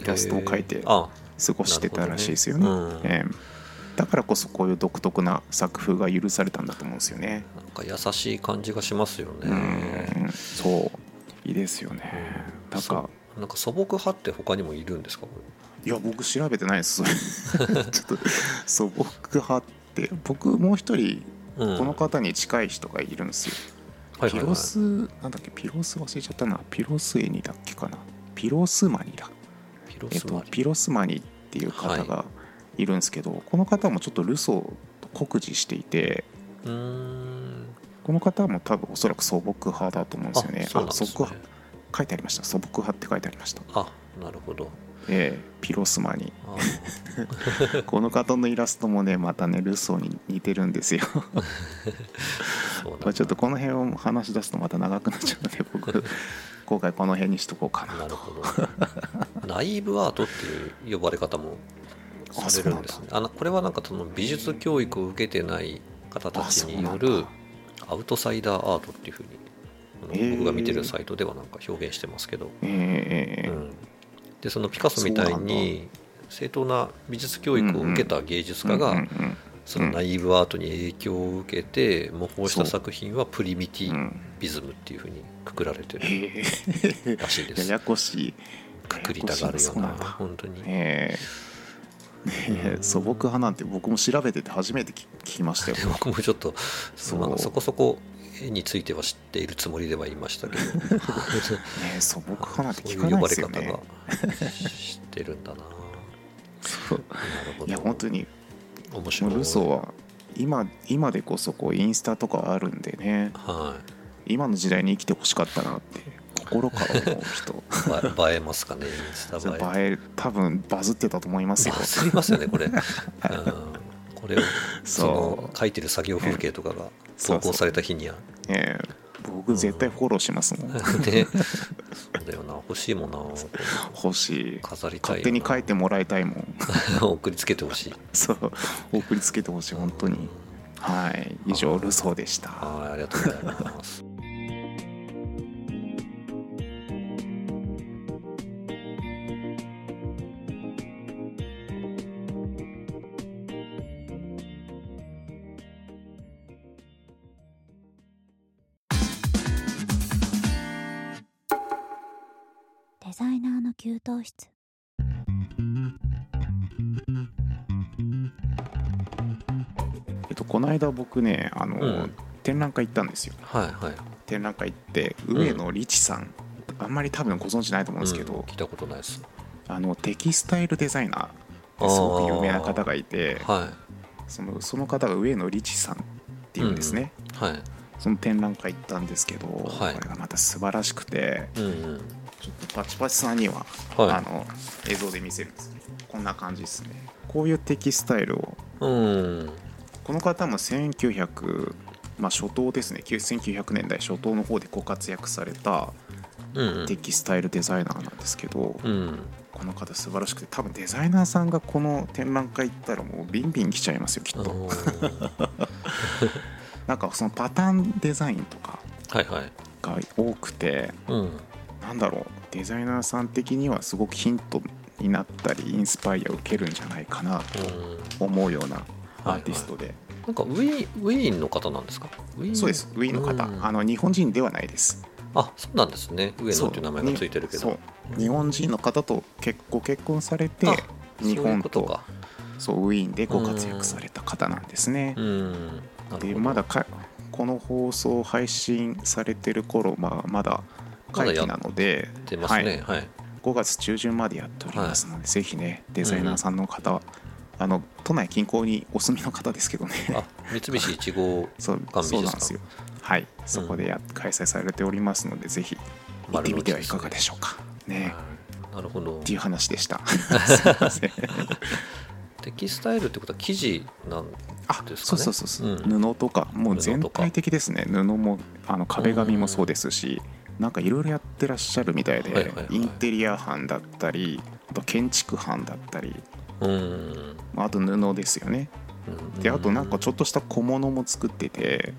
Speaker 3: イラストを描いて
Speaker 2: えーあ
Speaker 3: 過ごしてたらしいですよね
Speaker 2: なるほどねうん
Speaker 3: ええだからこそこういう独特な作風が許されたんだと思うんですよね
Speaker 2: なんか優しい感じがしますよね、
Speaker 3: うんそういいですよねだから
Speaker 2: そなんか素朴派って他にもいるんですか
Speaker 3: いや僕調べてないですそれ ちょっと素朴派って僕もう一人
Speaker 2: こ
Speaker 3: この方に近い人がいるんですよ、
Speaker 2: はい
Speaker 3: ピ
Speaker 2: はい
Speaker 3: ロ
Speaker 2: はい
Speaker 3: スなんだっけピロス忘れちゃったなピロスエニだっけかなピロスマニだ
Speaker 2: ピロ
Speaker 3: えっ
Speaker 2: スマ
Speaker 3: と
Speaker 2: リ
Speaker 3: ピロスマニっていう方がいるんですけど、この方もちょっとルソーと酷似していて
Speaker 2: うーん
Speaker 3: この方も多分おそらく素朴派だと思うんですよね
Speaker 2: あそうなんですね
Speaker 3: あ素朴派書いてありました素朴派って書いてありました
Speaker 2: あなるほど
Speaker 3: ええピロスマニ
Speaker 2: あ
Speaker 3: この方のイラストもねまたねルソーに似てる んですよ
Speaker 2: そう
Speaker 3: ま
Speaker 2: だ
Speaker 3: あちょっとこの辺を話し出すとまた長くなっちゃうので 僕今回この辺にしとこうかな
Speaker 2: なるほどナイーブアートっていう呼ばれ方も
Speaker 3: あ
Speaker 2: されるんですねあのこれはなんかその美術教育を受けてない方たちによ
Speaker 3: あそうなん
Speaker 2: る
Speaker 3: だ
Speaker 2: アウトサイダーアートっていうふうにあの
Speaker 3: へー
Speaker 2: 僕が見てるサイトではなんか表現してますけど、
Speaker 3: ええええええ
Speaker 2: うんでそのピカソみたい
Speaker 3: そうな
Speaker 2: に正当な美術教育を受けた芸術家
Speaker 3: うんう
Speaker 2: が
Speaker 3: ん
Speaker 2: そのナイーブアートに影響を受けて模倣した作品はプリミテ
Speaker 3: うんう
Speaker 2: ィ
Speaker 3: ん
Speaker 2: ビズムっていうふうにくくられて
Speaker 3: え
Speaker 2: る
Speaker 3: え
Speaker 2: らしいで
Speaker 3: や
Speaker 2: す
Speaker 3: やこしい
Speaker 2: くくりたがるよう
Speaker 3: ややこしいそうなんだ
Speaker 2: な本当に
Speaker 3: ええねえ
Speaker 2: うん
Speaker 3: 素朴派なんて僕も調べてて初めて聞きましたよ
Speaker 2: 僕もちょっと
Speaker 3: そ
Speaker 2: そうのそこそこ絵については知っているつもりではいましたけど
Speaker 3: ねえ素朴派なんて
Speaker 2: そうい
Speaker 3: 聞
Speaker 2: う
Speaker 3: か
Speaker 2: 呼
Speaker 3: ない
Speaker 2: ばれ
Speaker 3: ですよ
Speaker 2: 方
Speaker 3: ね
Speaker 2: が知ってるんだなな
Speaker 3: そう
Speaker 2: るほど
Speaker 3: いや本当に
Speaker 2: 面
Speaker 3: も
Speaker 2: 白
Speaker 3: う
Speaker 2: い
Speaker 3: ルソーは今今でこそこうインスタとかあるんでね
Speaker 2: は
Speaker 3: 今の時代に生きてほしかったなって心から思う人
Speaker 2: いば映えますかねインスタ映え
Speaker 3: 映える多分バズってたと思います
Speaker 2: バ
Speaker 3: よ
Speaker 2: ズりますよね これ、うん、これをその
Speaker 3: そう
Speaker 2: 描いてる作業風景とかが
Speaker 3: そう
Speaker 2: 投稿された日には
Speaker 3: ええ僕絶対フォローしますもん
Speaker 2: ねそうだよな欲しいもんな
Speaker 3: 欲しい
Speaker 2: 飾りたい
Speaker 3: 勝
Speaker 2: よ
Speaker 3: 手
Speaker 2: な
Speaker 3: に書いてもらいたいもん
Speaker 2: 送りつけてほしい
Speaker 3: そう送りつけてほしい本当にはい以上ルソーでした
Speaker 2: はいありがとうございます
Speaker 4: デザイナーの給湯室
Speaker 3: えっとこの間僕ねあの、
Speaker 2: うん
Speaker 3: 展覧会行ったんですよ
Speaker 2: はいはい
Speaker 3: 展覧会行って上野リチさん、あんまり多分ご存知ないと思うんですけど、
Speaker 2: うん聞いたことないです
Speaker 3: あのテキスタイルデザイナーですごく有名な方がいて
Speaker 2: は
Speaker 3: そのその方が上野リチさんっていうんですね、
Speaker 2: いはい
Speaker 3: その展覧会行ったんですけど、
Speaker 2: はい
Speaker 3: これがまた素晴らしくて
Speaker 2: うんうん
Speaker 3: ちょっとパチパチさんには、
Speaker 2: はい
Speaker 3: あの映像で見せるんですこんな感じですねこういうテキスタイルを
Speaker 2: うん
Speaker 3: この方も1900まあ初頭ですね1900年代初頭の方でご活躍された
Speaker 2: うん
Speaker 3: テキスタイルデザイナーなんですけど、
Speaker 2: うん
Speaker 3: この方素晴らしくて多分デザイナーさんがこの展覧会行ったらもうビンビン来ちゃいますよき
Speaker 2: あ
Speaker 3: っと、
Speaker 2: の ー
Speaker 3: なんかそのパターンデザインとか
Speaker 2: はいはい
Speaker 3: が多くて
Speaker 2: うん
Speaker 3: なんだろうデザイナーさん的にはすごくヒントになったりインスパイアを受けるんじゃないかなと
Speaker 2: うん
Speaker 3: 思うようなアーティストで、
Speaker 2: なんかウィーンウィーンの方なんですかウィーン
Speaker 3: そうですウィーンの方、
Speaker 2: うん
Speaker 3: あの日本人ではないです
Speaker 2: あそうなんですね上
Speaker 3: そ
Speaker 2: 野っていう名前がついてるけ
Speaker 3: そ
Speaker 2: ど
Speaker 3: う日本人の方と結ご結婚されて
Speaker 2: あそう
Speaker 3: 日
Speaker 2: いう
Speaker 3: 本
Speaker 2: こと
Speaker 3: と
Speaker 2: か
Speaker 3: そうウィーンでご活躍された方なんですね、
Speaker 2: うんなるほど
Speaker 3: でまだかこの放送配信されてる頃、まあ、まだ
Speaker 2: まだ
Speaker 3: 会
Speaker 2: や
Speaker 3: 期
Speaker 2: っ
Speaker 3: なので、
Speaker 2: 出ますねはい、
Speaker 3: はい、5月中旬までやっておりますので、ぜひねデザイナーさんの方は、あの都内近郊にお住みの方ですけどね
Speaker 2: あ三菱一号
Speaker 3: そう
Speaker 2: 館美
Speaker 3: そう
Speaker 2: 術
Speaker 3: なん
Speaker 2: 館
Speaker 3: ですよはいそこでや、開催されておりますのでぜひ行ってみてはいかがでしょうかね
Speaker 2: なるほど
Speaker 3: っていう話でしたすいません
Speaker 2: テキスタイルってことは生地なん
Speaker 3: あ
Speaker 2: ですか
Speaker 3: そう
Speaker 2: ね
Speaker 3: そうそうそう、
Speaker 2: うん
Speaker 3: 布とかもう全体的ですね布もあの壁紙もそうですし、なんかいろいろやってらっしゃるみたいで、
Speaker 2: はいはいはい
Speaker 3: インテリア班だったりあと建築班だったり
Speaker 2: うんうん
Speaker 3: まああと布ですよね
Speaker 2: うん
Speaker 3: であとなんかちょっとした小物も作ってて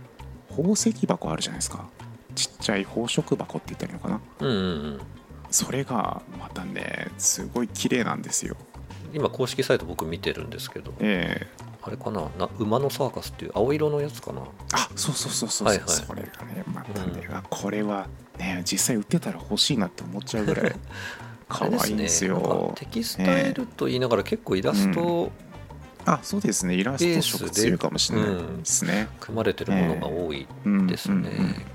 Speaker 3: 宝石箱あるじゃないですかちっちゃい宝飾箱って言ったらいいのかな
Speaker 2: うんうんうん
Speaker 3: それがまたねすごい綺麗なんですよ
Speaker 2: 今公式サイト僕見てるんですけど
Speaker 3: ええ
Speaker 2: あれかなな馬のサーカスっていう青色のやつかな
Speaker 3: あそうそうそうそうそう、
Speaker 2: はいはい
Speaker 3: それがねまたね、
Speaker 2: うん
Speaker 3: あこれはね実際売ってたら欲しいなって思っちゃうぐらい 可
Speaker 2: あれ
Speaker 3: 愛いんです
Speaker 2: ねなんか
Speaker 3: よ
Speaker 2: テキスタイルと言いながら結構イラスト
Speaker 3: あそうですねイラスト色強いかもしれないですね
Speaker 2: 組まれてるものが多い
Speaker 3: うん
Speaker 2: ですね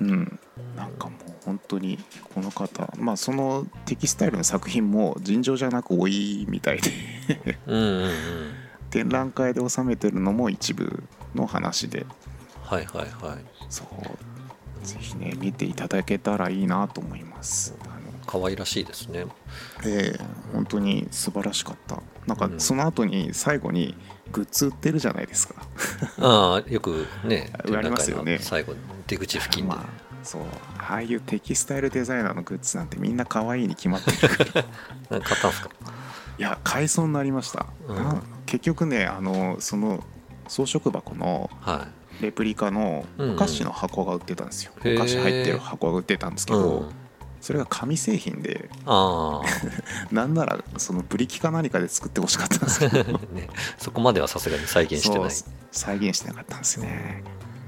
Speaker 3: うん、うんなんかもう本当にこの方まあそのテキスタイルの作品も尋常じゃなく多いみたいで
Speaker 2: うんうんうん
Speaker 3: 展覧会で収めてるのも一部の話で
Speaker 2: はいはいはい
Speaker 3: そうぜひね見ていただけたらいいなと思いますあの
Speaker 2: 可愛らしいですね
Speaker 3: ええ本当に素晴らしかったなんか
Speaker 2: うん
Speaker 3: その後に最後にグッズ売ってるじゃないですか
Speaker 2: ああよくね
Speaker 3: あありますよ
Speaker 2: 展覧会の
Speaker 3: ね
Speaker 2: 最後の出口付近で、
Speaker 3: まあそうああいうテキスタイルデザイナーのグッズなんてみんな可愛いに決まってる から
Speaker 2: なんか買ったんですか
Speaker 3: いや買いそうになりました、
Speaker 2: うん
Speaker 3: な結局ねあのその装飾箱の
Speaker 2: は
Speaker 3: レプリカの
Speaker 2: うんうん
Speaker 3: お菓子の箱が売ってたんですよ、
Speaker 2: へー
Speaker 3: お菓子入ってる箱が売ってたんです
Speaker 2: い、
Speaker 3: け
Speaker 2: う
Speaker 3: ど、
Speaker 2: ん、
Speaker 3: それが紙製品で
Speaker 2: あ
Speaker 3: なんならそのブリキか何かで作ってほしかった んですけど
Speaker 2: あ、ね、そこまではさすがに再現してない
Speaker 3: そう再現してなかったんですよね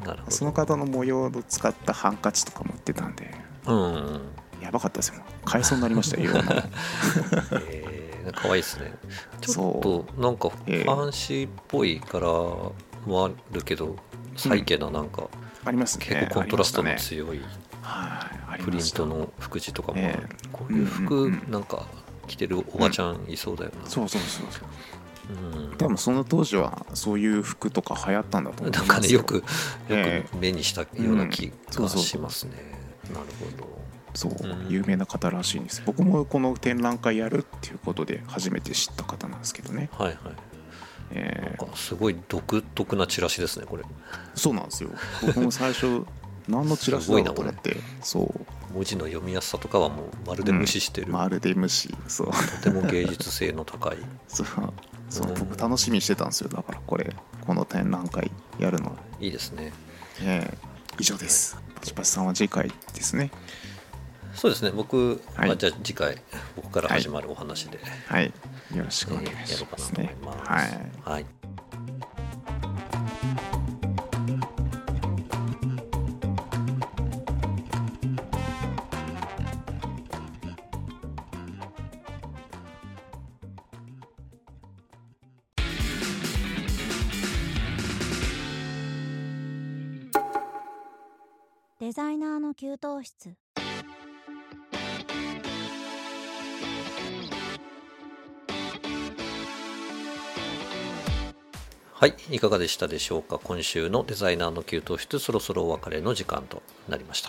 Speaker 2: なるほ
Speaker 3: その方の模様を使ったハンカチとか持ってたんで
Speaker 2: どうんうんうん
Speaker 3: やばかったですよ買いそうになり ましたよいろんなの
Speaker 2: えー、なんか可愛いですねちょっとなんかフ
Speaker 3: ええ
Speaker 2: ァンシーっぽい柄もあるけど、サイケななんか
Speaker 3: ありますね
Speaker 2: 結構コントラスト
Speaker 3: あり
Speaker 2: の
Speaker 3: ましたね
Speaker 2: 強い
Speaker 3: はいあり
Speaker 2: プリ
Speaker 3: ま
Speaker 2: ン
Speaker 3: した
Speaker 2: トの服地とかも、
Speaker 3: え
Speaker 2: こういう
Speaker 3: うん
Speaker 2: 服
Speaker 3: うんうん
Speaker 2: なんか着てるおばちゃんいそうだよな、
Speaker 3: そうそうそうそう
Speaker 2: うん
Speaker 3: 多分その当時はそういう服とか流行ったんだと思います
Speaker 2: なんかねよくよ
Speaker 3: え
Speaker 2: く目にしたような気
Speaker 3: そう
Speaker 2: が
Speaker 3: そう
Speaker 2: しますね、なるほど
Speaker 3: そう
Speaker 2: うん
Speaker 3: 有名な方らしいんです僕もこの展覧会やるっていうことで初めて知った方なんですけどね、
Speaker 2: はいはい
Speaker 3: え
Speaker 2: なんかすごい独特なチラシですねこれ
Speaker 3: ーそうなんですよ僕も最初何のチラシだろうと思ってそう
Speaker 2: 文字の読みやすさとかはもうまるで無視してる、
Speaker 3: まるで無視そう
Speaker 2: とても芸術性の 高い
Speaker 3: そうそ
Speaker 2: う
Speaker 3: う
Speaker 2: ん
Speaker 3: 僕楽しみにしてたんですよだからこれこの展覧会やるの、
Speaker 2: いいですね
Speaker 3: ええ以上ですパチパチさんは次回ですね
Speaker 2: そうですね僕、
Speaker 3: はい
Speaker 2: あじゃあ次回僕から始まるお話で、
Speaker 3: はいよろし
Speaker 2: え
Speaker 3: くお
Speaker 2: ー
Speaker 3: 願い
Speaker 2: や
Speaker 3: し
Speaker 2: ろう
Speaker 3: ま
Speaker 2: か
Speaker 3: す
Speaker 2: なと思
Speaker 3: ね
Speaker 2: います、
Speaker 3: はい
Speaker 2: はい
Speaker 4: デザイナーの給湯室
Speaker 2: はい、いかがでしたでしょうか今週のデザイナーの給湯室そろそろお別れの時間となりました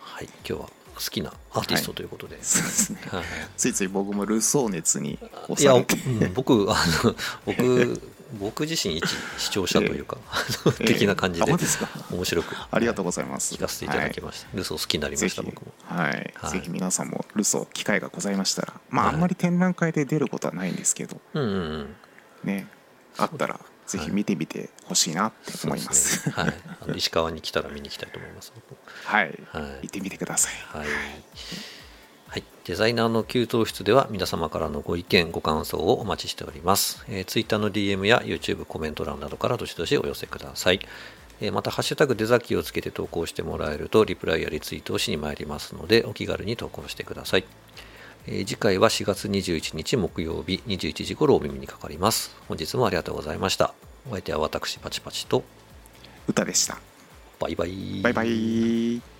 Speaker 2: はい今日は好きなアーティストということで、
Speaker 3: そ うですね
Speaker 2: はい
Speaker 3: ついつい僕もルソー熱に押
Speaker 2: いや、う
Speaker 3: されて
Speaker 2: ん、僕あの僕僕自身一視聴者というか、あの 的な感じ
Speaker 3: ええあ
Speaker 2: で
Speaker 3: 本当ですか
Speaker 2: 面白く
Speaker 3: ありがとうございます
Speaker 2: 聞かせていただきました、ルソー好きになりま
Speaker 3: ぜ
Speaker 2: し
Speaker 3: ひ
Speaker 2: た僕も
Speaker 3: はい、
Speaker 2: はい
Speaker 3: ぜひ皆さんもルソー機会がございましたらまあ、
Speaker 2: はい
Speaker 3: あんまり展覧会で出ることはないんですけど
Speaker 2: うんうんうん
Speaker 3: ねあったらぜひ見てみてほしいなって思いま
Speaker 2: そ
Speaker 3: す、
Speaker 2: うでねはいあの石川に来たら見に行きたいと思います僕も
Speaker 3: はい、
Speaker 2: はい
Speaker 3: 行ってみてください
Speaker 2: はい、はい、デザイナーの給湯室では皆様からのご意見ご感想をお待ちしております、えー、Twitter の DM や YouTube コメント欄などからどしどしお寄せください、えーまた「ハッシュタグデザキ」をつけて投稿してもらえるとリプライやリツイートをしに参りますのでお気軽に投稿してくださいえー次回は4月21日木曜日21時頃お耳にかかります本日もありがとうございましたお相手は私パチパチと
Speaker 3: 歌でした
Speaker 2: バイバイ
Speaker 3: バイバイ